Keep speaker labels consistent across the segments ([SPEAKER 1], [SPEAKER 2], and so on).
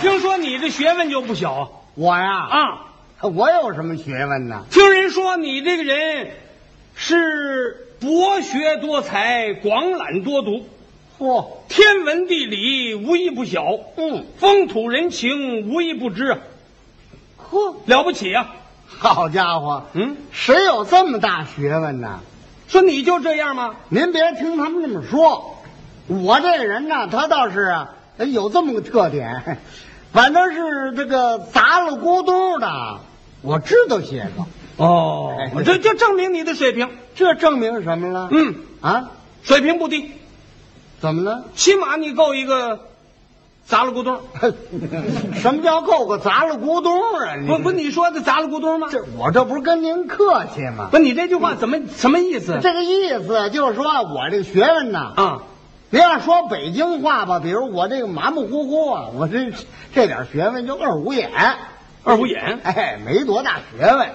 [SPEAKER 1] 听说你这学问就不小
[SPEAKER 2] 我呀，
[SPEAKER 1] 啊！
[SPEAKER 2] 我有什么学问呢？
[SPEAKER 1] 听人说你这个人是博学多才、广览多读，
[SPEAKER 2] 嚯，
[SPEAKER 1] 天文地理无一不晓，
[SPEAKER 2] 嗯，
[SPEAKER 1] 风土人情无一不知啊，
[SPEAKER 2] 呵，
[SPEAKER 1] 了不起啊！
[SPEAKER 2] 好家伙，
[SPEAKER 1] 嗯，
[SPEAKER 2] 谁有这么大学问呢？
[SPEAKER 1] 说你就这样吗？
[SPEAKER 2] 您别听他们这么说，我这人呢，他倒是啊，有这么个特点， 反正是这个砸了咕嘟的，我知道些个。
[SPEAKER 1] 哦
[SPEAKER 2] 哎
[SPEAKER 1] 这就证明你的水平，
[SPEAKER 2] 这证明什么了？
[SPEAKER 1] 嗯，
[SPEAKER 2] 啊，
[SPEAKER 1] 水平不低，
[SPEAKER 2] 怎么了？
[SPEAKER 1] 起码你够一个砸了咕咚。
[SPEAKER 2] 什么叫够个砸了咕嘟啊？你
[SPEAKER 1] 不不，你说的砸了咕咚吗？
[SPEAKER 2] 这我这不是跟您客气吗？
[SPEAKER 1] 不，你这句话怎么什么意思？
[SPEAKER 2] 这个意思就是说啊我这个学问呐，
[SPEAKER 1] 啊，
[SPEAKER 2] 您要说北京话吧，比如我这个马马虎虎啊，我这这点学问就二五眼，
[SPEAKER 1] 二五眼
[SPEAKER 2] 哎，没多大学问。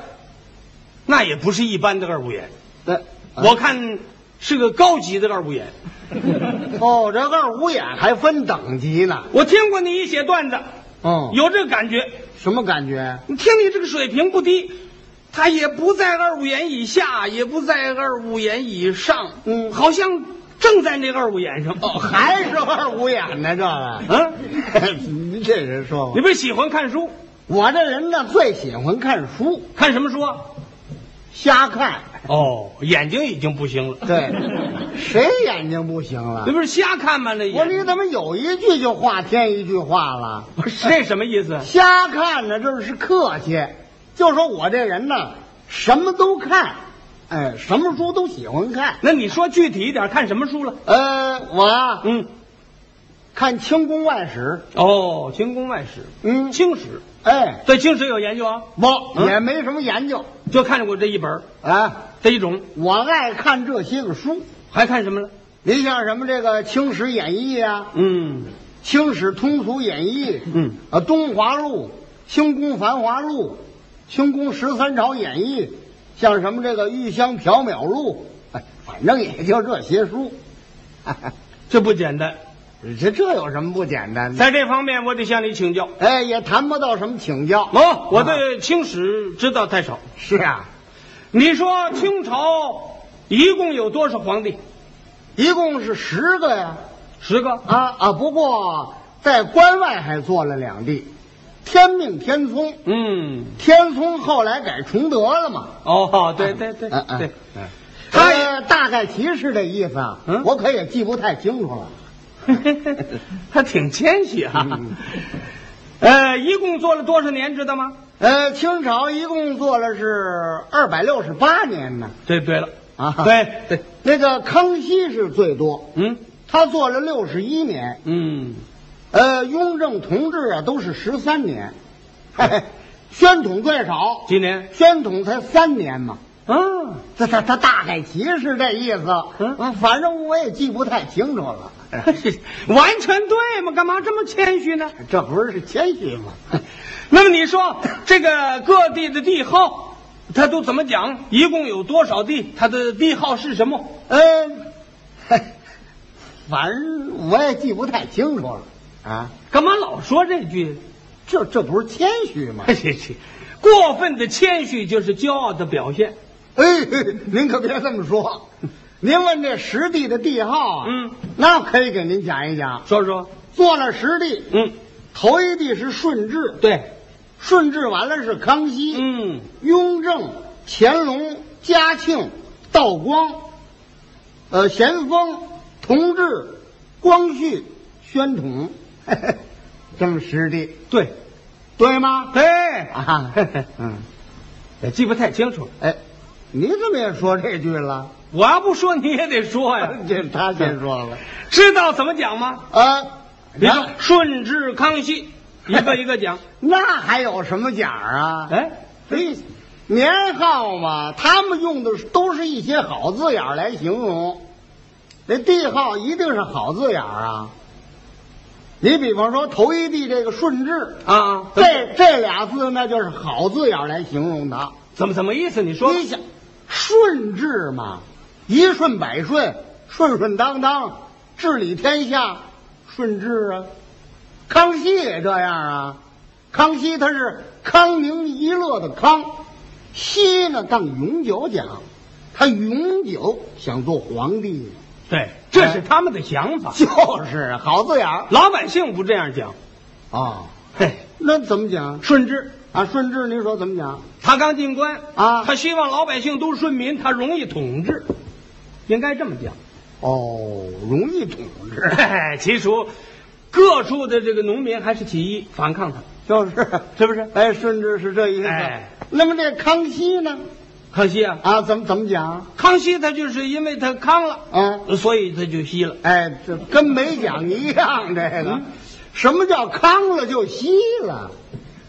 [SPEAKER 1] 那也不是一般的二五眼，
[SPEAKER 2] 那
[SPEAKER 1] 我看是个高级的二五眼。
[SPEAKER 2] 哦，这二五眼还分等级呢。
[SPEAKER 1] 我听过你一写段子，
[SPEAKER 2] 嗯，
[SPEAKER 1] 有这个感觉。
[SPEAKER 2] 什么感觉？
[SPEAKER 1] 你听你这个水平不低，他也不在二五眼以下，也不在二五眼以上，
[SPEAKER 2] 嗯
[SPEAKER 1] 好像正在那二五眼上。哦
[SPEAKER 2] 还是二五眼呢？这个，
[SPEAKER 1] 嗯，
[SPEAKER 2] 您这人说
[SPEAKER 1] 你
[SPEAKER 2] 我，
[SPEAKER 1] 不是喜欢看书？
[SPEAKER 2] 我这人呢最喜欢看书，
[SPEAKER 1] 看什么书啊？
[SPEAKER 2] 瞎看。
[SPEAKER 1] 哦，眼睛已经不行了。
[SPEAKER 2] 对，谁眼睛不行了
[SPEAKER 1] 你？ 不是瞎看吗？那
[SPEAKER 2] 我说你
[SPEAKER 1] 眼
[SPEAKER 2] 怎么有一句就话添一句话了？
[SPEAKER 1] 不是 这什么意思？啊
[SPEAKER 2] 瞎看呢，这是客气，就说我这人呢，什么都看，哎，什么书都喜欢看。
[SPEAKER 1] 那你说具体一点，看什么书了？
[SPEAKER 2] 呃，我啊
[SPEAKER 1] 嗯，
[SPEAKER 2] 看《清宫外史
[SPEAKER 1] 哦，《清宫外史》，
[SPEAKER 2] 嗯
[SPEAKER 1] 清史》，
[SPEAKER 2] 哎，
[SPEAKER 1] 对清史有研究啊，
[SPEAKER 2] 不
[SPEAKER 1] 嗯
[SPEAKER 2] 也没什么研究
[SPEAKER 1] 就看过这一本儿
[SPEAKER 2] 啊。
[SPEAKER 1] 这一种，
[SPEAKER 2] 我爱看这些个书，
[SPEAKER 1] 还看什么了？
[SPEAKER 2] 您像什么这个《清史演义》啊，
[SPEAKER 1] 嗯，
[SPEAKER 2] 《清史通俗演义》，
[SPEAKER 1] 嗯，
[SPEAKER 2] 啊，《东华录》《清宫繁华录》《清宫十三朝演义》，像什么这个《玉香缥缈录》，哎，反正也就这些书。
[SPEAKER 1] 这不简单，
[SPEAKER 2] 这这有什么不简单的？
[SPEAKER 1] 在这方面我得向你请教。
[SPEAKER 2] 哎，也谈不到什么请教。啊
[SPEAKER 1] 哦，我对清史知道太少。
[SPEAKER 2] 是啊，
[SPEAKER 1] 你说清朝一共有多少皇帝？
[SPEAKER 2] 一共是十个呀。
[SPEAKER 1] 十个。
[SPEAKER 2] 啊啊，不过在关外还做了两地，天命天聪，
[SPEAKER 1] 嗯，
[SPEAKER 2] 天聪后来改崇德了嘛。
[SPEAKER 1] 哦，对对对
[SPEAKER 2] 嗯嗯
[SPEAKER 1] 对，
[SPEAKER 2] 嗯
[SPEAKER 1] 他也
[SPEAKER 2] 呃大概其是这意思啊，
[SPEAKER 1] 啊嗯
[SPEAKER 2] 我可也记不太清楚了。
[SPEAKER 1] 他挺谦虚啊。
[SPEAKER 2] 嗯
[SPEAKER 1] 呃，一共做了多少年，知道吗？
[SPEAKER 2] 呃，清朝一共做了是二百六十八年呢，
[SPEAKER 1] 这对了
[SPEAKER 2] 啊
[SPEAKER 1] 对对，
[SPEAKER 2] 那个康熙是最多，
[SPEAKER 1] 嗯
[SPEAKER 2] 他做了六十一年。
[SPEAKER 1] 嗯，
[SPEAKER 2] 呃，雍正同志啊，都是十三年，嘿嘿宣统最少，
[SPEAKER 1] 今年
[SPEAKER 2] 宣统才三年嘛。
[SPEAKER 1] 啊，
[SPEAKER 2] 他他他大概其是这意思，
[SPEAKER 1] 嗯
[SPEAKER 2] 啊反正我也记不太清楚了。
[SPEAKER 1] 完全对嘛，干嘛这么谦虚呢？
[SPEAKER 2] 这不是谦虚吗？
[SPEAKER 1] 那么你说这个各地的帝号，他都怎么讲？一共有多少帝？他的帝号是什么？
[SPEAKER 2] 呃，嘿反正我也记不太清楚了啊。
[SPEAKER 1] 干嘛老说这句？ 哎
[SPEAKER 2] 这这不是谦虚吗？
[SPEAKER 1] 这这过分的谦虚就是骄傲的表现。
[SPEAKER 2] 哎，您可别这么说。您问这十地的地号啊，
[SPEAKER 1] 嗯，
[SPEAKER 2] 那可以给您讲一讲。
[SPEAKER 1] 说说，
[SPEAKER 2] 做了十地，
[SPEAKER 1] 嗯，
[SPEAKER 2] 头一地是顺治，
[SPEAKER 1] 对，
[SPEAKER 2] 顺治完了是康熙，
[SPEAKER 1] 嗯，
[SPEAKER 2] 雍正、乾隆、嘉庆、道光，呃，咸丰、同治、光绪、宣统，这么十地，
[SPEAKER 1] 对，
[SPEAKER 2] 对吗？
[SPEAKER 1] 对，
[SPEAKER 2] 啊，嗯，
[SPEAKER 1] 也记不太清楚。
[SPEAKER 2] 哎，你怎么也说这句 了？
[SPEAKER 1] 我要不说你也得说呀，
[SPEAKER 2] 这他先说了，
[SPEAKER 1] 知道怎么讲吗？
[SPEAKER 2] 啊，
[SPEAKER 1] 你
[SPEAKER 2] 那
[SPEAKER 1] 看顺治、康熙，一个一个讲。
[SPEAKER 2] 那还有什么奖啊？
[SPEAKER 1] 哎，
[SPEAKER 2] 嘿，年号嘛，他们用的都是一些好字眼儿来形容，那帝号一定是好字眼儿啊。你比方说头一帝这个顺治，
[SPEAKER 1] 啊，怎么
[SPEAKER 2] 这这俩字那就是好字眼儿来形容它。
[SPEAKER 1] 怎么怎么意思？你说
[SPEAKER 2] 你想，顺治嘛，一顺百顺，顺顺当当，治理天下，顺治啊。康熙也这样啊。康熙他是康宁一乐的康，熙呢当永久讲，他永久想做皇帝，
[SPEAKER 1] 对，
[SPEAKER 2] 哎
[SPEAKER 1] 这是他们的想法。
[SPEAKER 2] 就是好字眼儿
[SPEAKER 1] 老百姓不这样讲，
[SPEAKER 2] 啊。
[SPEAKER 1] 嘿，
[SPEAKER 2] 那怎么讲
[SPEAKER 1] 顺治
[SPEAKER 2] 啊？顺治，您说怎么讲
[SPEAKER 1] 他刚进关
[SPEAKER 2] 啊
[SPEAKER 1] 他希望老百姓都顺民，他容易统治，应该这么 讲。
[SPEAKER 2] 哦，容易统治，
[SPEAKER 1] 嘿其实各处的这个农民还是起义反抗他，
[SPEAKER 2] 就是
[SPEAKER 1] 是不是？
[SPEAKER 2] 哎，顺治是这意思。
[SPEAKER 1] 哎
[SPEAKER 2] 那么这康熙呢？
[SPEAKER 1] 可惜啊，
[SPEAKER 2] 啊，怎么怎么讲？
[SPEAKER 1] 康熙他就是因为他康了，
[SPEAKER 2] 啊，
[SPEAKER 1] 所以他就息了。
[SPEAKER 2] 哎，这跟没讲一样。这个
[SPEAKER 1] 嗯，
[SPEAKER 2] 什么叫康了就息了？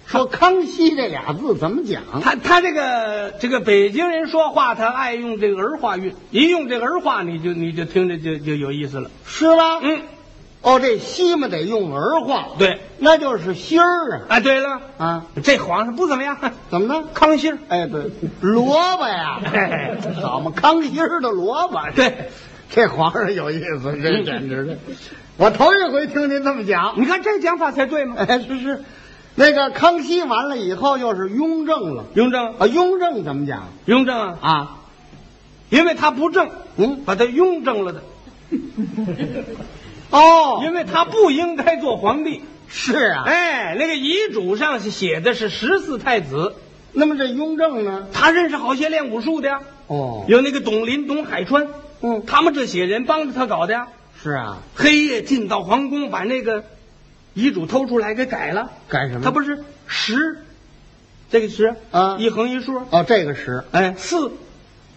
[SPEAKER 2] 说康熙这俩字怎么讲？
[SPEAKER 1] 他他这个这个北京人说话，他爱用这个儿化韵，一用这个儿化，你就你就听着就就有意思了。
[SPEAKER 2] 是吧？
[SPEAKER 1] 嗯，
[SPEAKER 2] 哦，这西嘛得用儿化，
[SPEAKER 1] 对，
[SPEAKER 2] 那就是心儿
[SPEAKER 1] 啊，对了，
[SPEAKER 2] 啊啊，
[SPEAKER 1] 这皇上不怎么样，
[SPEAKER 2] 怎么呢？
[SPEAKER 1] 康熙儿，
[SPEAKER 2] 哎，对，萝 卜呀
[SPEAKER 1] 哎，
[SPEAKER 2] 好嘛，康熙儿的萝卜，
[SPEAKER 1] 对，
[SPEAKER 2] 这皇上有意思，这
[SPEAKER 1] 嗯
[SPEAKER 2] 简直是，我头一回听您这么讲。
[SPEAKER 1] 你看这讲法才对嘛。
[SPEAKER 2] 哎，是是，那个康熙完了以后又是雍正了
[SPEAKER 1] 雍正，
[SPEAKER 2] 啊，雍正怎么讲
[SPEAKER 1] 雍正啊，
[SPEAKER 2] 啊？
[SPEAKER 1] 因为他不正，
[SPEAKER 2] 嗯，
[SPEAKER 1] 把他雍正了的，
[SPEAKER 2] 哦，
[SPEAKER 1] 因为他不应该做皇帝。
[SPEAKER 2] 是啊，
[SPEAKER 1] 哎，那个遗嘱上写的是十四太子，
[SPEAKER 2] 那么这雍正呢？
[SPEAKER 1] 他认识好些练武术的呀，
[SPEAKER 2] 哦，
[SPEAKER 1] 有那个董林、董海川，
[SPEAKER 2] 嗯，
[SPEAKER 1] 他们这些人帮着他搞的呀。
[SPEAKER 2] 是啊，
[SPEAKER 1] 黑夜进到皇宫，把那个遗嘱偷出来给改了。
[SPEAKER 2] 干什么？
[SPEAKER 1] 他不是十，这个十
[SPEAKER 2] 啊
[SPEAKER 1] 一横一竖，
[SPEAKER 2] 哦，这个十，
[SPEAKER 1] 哎，四，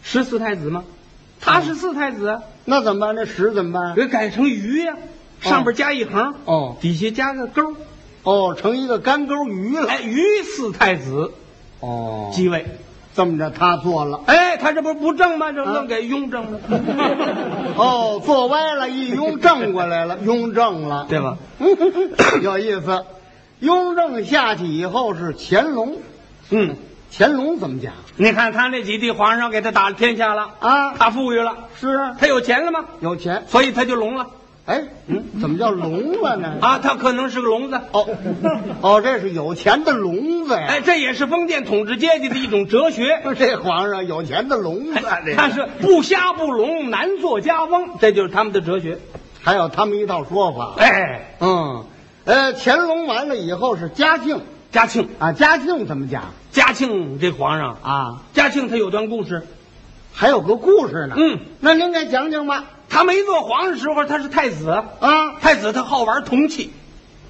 [SPEAKER 1] 十四太子吗？
[SPEAKER 2] 嗯
[SPEAKER 1] 他是四太子啊，
[SPEAKER 2] 那怎么办？那十怎么办？
[SPEAKER 1] 给改成鱼呀、上边加一横，
[SPEAKER 2] 哦
[SPEAKER 1] 底下加个勾，
[SPEAKER 2] 哦，成一个干钩鱼了。
[SPEAKER 1] 哎，鱼四太子
[SPEAKER 2] 哦
[SPEAKER 1] 继位。
[SPEAKER 2] 这么着他做了。
[SPEAKER 1] 哎，他这不是不正吗？这
[SPEAKER 2] 啊
[SPEAKER 1] 愣给雍正了，
[SPEAKER 2] 哦，坐歪了，一雍正过来了，雍正了，
[SPEAKER 1] 对吧？
[SPEAKER 2] 有意思。雍正下去以后是乾隆，
[SPEAKER 1] 嗯，
[SPEAKER 2] 乾隆怎么讲
[SPEAKER 1] 你看他那几地皇上给他打了天下了，
[SPEAKER 2] 啊？
[SPEAKER 1] 他富裕了，
[SPEAKER 2] 是啊，
[SPEAKER 1] 他有钱了吗？
[SPEAKER 2] 有钱。
[SPEAKER 1] 所以他就聋了。
[SPEAKER 2] 哎，嗯，怎么叫聋了呢？
[SPEAKER 1] 啊，他可能是个聋子。
[SPEAKER 2] 哦，哦，这是有钱的聋子呀。
[SPEAKER 1] 哎，这也是封建统治阶级的一种哲学。
[SPEAKER 2] 这皇上有钱的聋子，啊这
[SPEAKER 1] 他
[SPEAKER 2] 个
[SPEAKER 1] 是不瞎不聋，难做家翁，这就是他们的哲学。
[SPEAKER 2] 还有他们一套说法。
[SPEAKER 1] 哎，
[SPEAKER 2] 嗯，呃，乾隆完了以后是嘉庆
[SPEAKER 1] 嘉庆，
[SPEAKER 2] 啊，嘉庆怎么讲
[SPEAKER 1] 嘉庆这皇上，
[SPEAKER 2] 啊？
[SPEAKER 1] 嘉庆他有段故事。
[SPEAKER 2] 还有个故事呢。
[SPEAKER 1] 嗯，
[SPEAKER 2] 那您给讲讲吧。
[SPEAKER 1] 他没做皇上时候，他是太子，
[SPEAKER 2] 啊，
[SPEAKER 1] 太子他好玩铜器，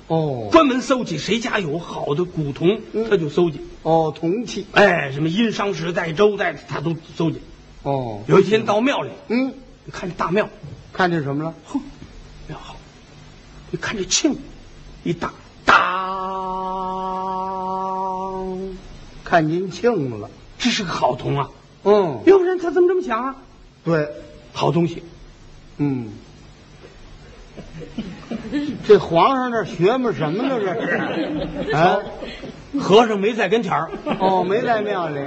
[SPEAKER 2] 哦
[SPEAKER 1] 专门搜集谁家有好的古铜，
[SPEAKER 2] 嗯
[SPEAKER 1] 他就搜集。
[SPEAKER 2] 哦，铜器
[SPEAKER 1] 哎，什么殷商时代、周代，他都搜集。
[SPEAKER 2] 哦，
[SPEAKER 1] 有一天到庙里，
[SPEAKER 2] 嗯，
[SPEAKER 1] 你看这大庙，
[SPEAKER 2] 看见什么了？
[SPEAKER 1] 哼，庙好，你看这磬，一打当，
[SPEAKER 2] 看您庆了。
[SPEAKER 1] 这是个好铜啊！
[SPEAKER 2] 嗯，
[SPEAKER 1] 要不然他怎么这么想啊？
[SPEAKER 2] 对，
[SPEAKER 1] 好东西，
[SPEAKER 2] 嗯，这皇上这学么什么呢？这是啊，
[SPEAKER 1] 和尚没在跟前 儿，
[SPEAKER 2] 哦，没在庙里，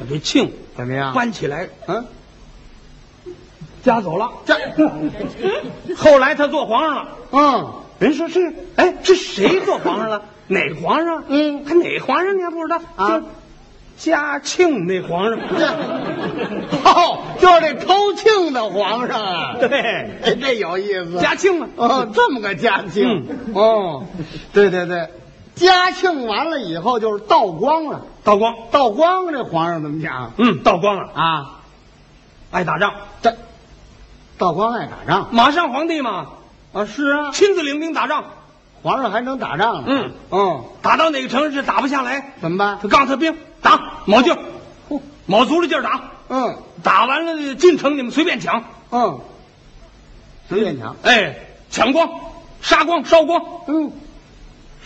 [SPEAKER 1] 把这磬
[SPEAKER 2] 怎么样？
[SPEAKER 1] 搬起来
[SPEAKER 2] 嗯，
[SPEAKER 1] 夹走了。
[SPEAKER 2] 这，
[SPEAKER 1] 后来他做皇上了，
[SPEAKER 2] 嗯，
[SPEAKER 1] 人说是，哎，这谁做皇上 了？哪个皇上？
[SPEAKER 2] 嗯
[SPEAKER 1] 他哪个皇上你还不知道
[SPEAKER 2] 啊？嗯
[SPEAKER 1] 就嘉庆那皇
[SPEAKER 2] 这
[SPEAKER 1] 上，，
[SPEAKER 2] 哦，就是这偷庆的皇上啊。
[SPEAKER 1] 对，
[SPEAKER 2] 哎，这有意思。
[SPEAKER 1] 嘉庆啊，
[SPEAKER 2] 哦，这么个嘉庆、哦，对对对，嘉庆完了以后就是道光了。
[SPEAKER 1] 道光，
[SPEAKER 2] 道光这皇上怎么讲
[SPEAKER 1] 嗯，道光了，
[SPEAKER 2] 啊？
[SPEAKER 1] 爱打仗，
[SPEAKER 2] 这道光爱打仗
[SPEAKER 1] 马上皇帝嘛，
[SPEAKER 2] 啊？是啊，
[SPEAKER 1] 亲自领兵打仗，
[SPEAKER 2] 皇上还能打仗呢。
[SPEAKER 1] 嗯
[SPEAKER 2] 嗯，
[SPEAKER 1] 打到哪个城市打不下来，
[SPEAKER 2] 怎么办
[SPEAKER 1] 他？告诉他兵打，卯劲儿，
[SPEAKER 2] 嚯
[SPEAKER 1] 卯足了劲儿打，
[SPEAKER 2] 嗯
[SPEAKER 1] 打完了进城你们随便抢，
[SPEAKER 2] 嗯，随便抢。
[SPEAKER 1] 哎，抢光、杀光、烧光。
[SPEAKER 2] 嗯，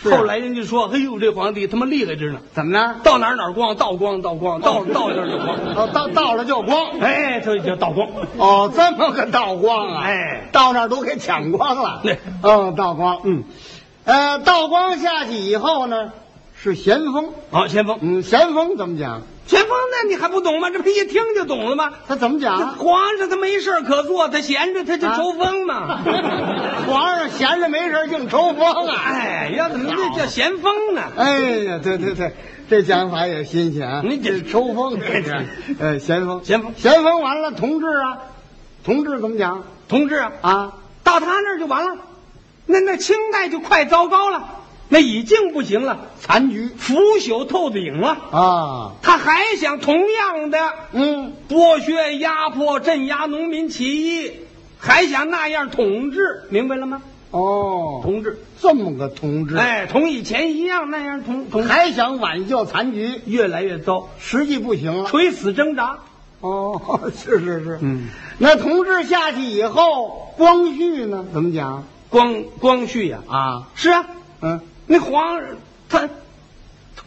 [SPEAKER 2] 是啊
[SPEAKER 1] 后来人家说，哎呦，这皇帝他妈厉害着呢，
[SPEAKER 2] 怎么呢？
[SPEAKER 1] 到哪儿哪儿光，道光道光，到到这儿就光，
[SPEAKER 2] 哦，到到了就光。
[SPEAKER 1] 哎，他就叫道光。
[SPEAKER 2] 哦，这么个道光啊！
[SPEAKER 1] 哎
[SPEAKER 2] 到那儿都给抢光了。哦
[SPEAKER 1] 对
[SPEAKER 2] 嗯，道光，
[SPEAKER 1] 嗯，
[SPEAKER 2] 呃，道光下去以后呢，是咸丰。
[SPEAKER 1] 好，咸丰，
[SPEAKER 2] 嗯，咸丰怎么讲？
[SPEAKER 1] 咸丰那你还不懂吗？这不一听就懂了吗？
[SPEAKER 2] 他怎么
[SPEAKER 1] 这
[SPEAKER 2] 讲？
[SPEAKER 1] 皇上他没事儿可做，他闲着他就
[SPEAKER 2] 啊
[SPEAKER 1] 抽风嘛。
[SPEAKER 2] 皇上闲着没事儿净抽风啊！
[SPEAKER 1] 哎，要怎么那叫咸丰呢？
[SPEAKER 2] 哎呀，对对对，这讲法也新鲜啊！
[SPEAKER 1] 你得
[SPEAKER 2] 抽风，这是，呃，咸丰，
[SPEAKER 1] 咸丰
[SPEAKER 2] 咸丰完了，同志啊，同志怎么讲
[SPEAKER 1] 同志啊，
[SPEAKER 2] 啊？
[SPEAKER 1] 到他那儿就完了。那那清代就快糟糕了，那已经不行了，
[SPEAKER 2] 残局
[SPEAKER 1] 腐朽透顶了。
[SPEAKER 2] 啊，
[SPEAKER 1] 他还想同样的
[SPEAKER 2] 嗯，
[SPEAKER 1] 剥削、压迫、镇压农民起义，还想那样统治，明白了吗？
[SPEAKER 2] 哦，
[SPEAKER 1] 同志，
[SPEAKER 2] 这么个同志，，
[SPEAKER 1] 哎，同以前一样那样同同，
[SPEAKER 2] 还想挽救残局，
[SPEAKER 1] 越来越糟，
[SPEAKER 2] 实际不行了。
[SPEAKER 1] 垂死挣扎。
[SPEAKER 2] 哦， 是是是，
[SPEAKER 1] 嗯，
[SPEAKER 2] 那同志下去以后，光绪呢？怎么讲
[SPEAKER 1] 光光绪呀、
[SPEAKER 2] 啊？
[SPEAKER 1] 是啊，
[SPEAKER 2] 嗯，
[SPEAKER 1] 那皇他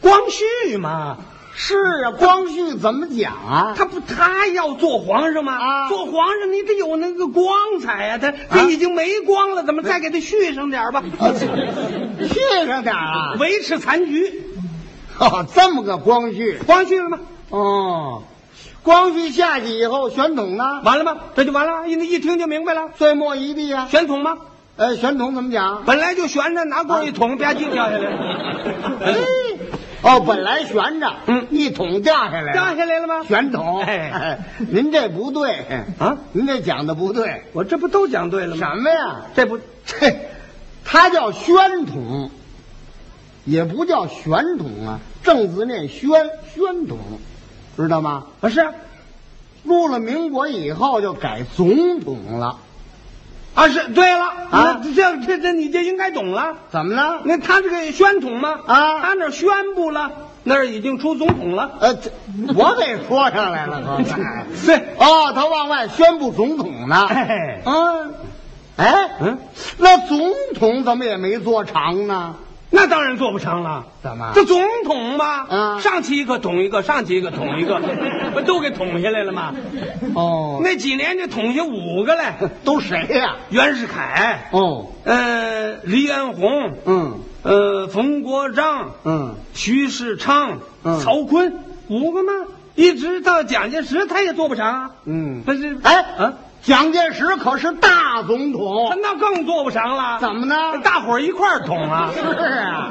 [SPEAKER 1] 光绪嘛，
[SPEAKER 2] 是啊，光绪怎么讲啊？
[SPEAKER 1] 他不他要做皇上吗？
[SPEAKER 2] 啊
[SPEAKER 1] 做皇上你得有那个光彩呀、他他
[SPEAKER 2] 啊
[SPEAKER 1] 已经没光了，怎么再给他续上点儿吧？
[SPEAKER 2] 去上点儿啊！
[SPEAKER 1] 维持残局，
[SPEAKER 2] 哦，这么个光绪。
[SPEAKER 1] 光绪了吗？
[SPEAKER 2] 哦，光绪下去以后，选统呢？
[SPEAKER 1] 完了吗？这就完了，一一听就明白了。
[SPEAKER 2] 最末一地啊。
[SPEAKER 1] 选统吗？
[SPEAKER 2] 呃，选统怎么讲？
[SPEAKER 1] 本来就悬着，拿棍儿一捅，吧唧掉下来
[SPEAKER 2] 哎
[SPEAKER 1] 了，
[SPEAKER 2] 哦，本来悬着，
[SPEAKER 1] 嗯
[SPEAKER 2] 一桶掉下来了，
[SPEAKER 1] 掉下来了吗？
[SPEAKER 2] 选统。
[SPEAKER 1] 哎
[SPEAKER 2] 哎，您这不对
[SPEAKER 1] 啊，
[SPEAKER 2] 您这讲的不对。
[SPEAKER 1] 我这不都讲对了吗？
[SPEAKER 2] 什么呀？
[SPEAKER 1] 这不
[SPEAKER 2] 这，他叫宣统，也不叫玄统啊，正字念宣，宣统，知道吗？
[SPEAKER 1] 不是啊
[SPEAKER 2] 入了民国以后就改总统了，
[SPEAKER 1] 啊？是对了
[SPEAKER 2] 啊
[SPEAKER 1] 那这这这你就应该懂了。
[SPEAKER 2] 怎么了？
[SPEAKER 1] 那他这个宣统嘛，
[SPEAKER 2] 啊
[SPEAKER 1] 他那儿宣布了，那儿已经出总统了。
[SPEAKER 2] 呃，这我给说上来了，刚才。
[SPEAKER 1] 对，
[SPEAKER 2] 哦，他往外宣布总统呢。
[SPEAKER 1] 哎
[SPEAKER 2] 嗯，哎，
[SPEAKER 1] 嗯，
[SPEAKER 2] 那总统怎么也没做长呢？
[SPEAKER 1] 那当然做不成了。
[SPEAKER 2] 怎么
[SPEAKER 1] 这总统嘛，
[SPEAKER 2] 嗯
[SPEAKER 1] 上去一个捅一个，上去一个捅一 个，不都给捅下来了吗？
[SPEAKER 2] 哦，
[SPEAKER 1] 那几年就捅下五个来，
[SPEAKER 2] 都谁呀、
[SPEAKER 1] 袁世凯，
[SPEAKER 2] 哦，
[SPEAKER 1] 呃，黎元洪，
[SPEAKER 2] 嗯
[SPEAKER 1] 呃，冯国璋，
[SPEAKER 2] 嗯，
[SPEAKER 1] 徐世昌，
[SPEAKER 2] 嗯
[SPEAKER 1] 曹锟，五个嘛，一直到蒋介石他也做不成啊。
[SPEAKER 2] 嗯
[SPEAKER 1] 不是，
[SPEAKER 2] 哎
[SPEAKER 1] 啊，
[SPEAKER 2] 蒋介石可是大总统，
[SPEAKER 1] 那更做不成了。
[SPEAKER 2] 怎么呢？
[SPEAKER 1] 大伙儿一块儿捅啊。
[SPEAKER 2] 是啊。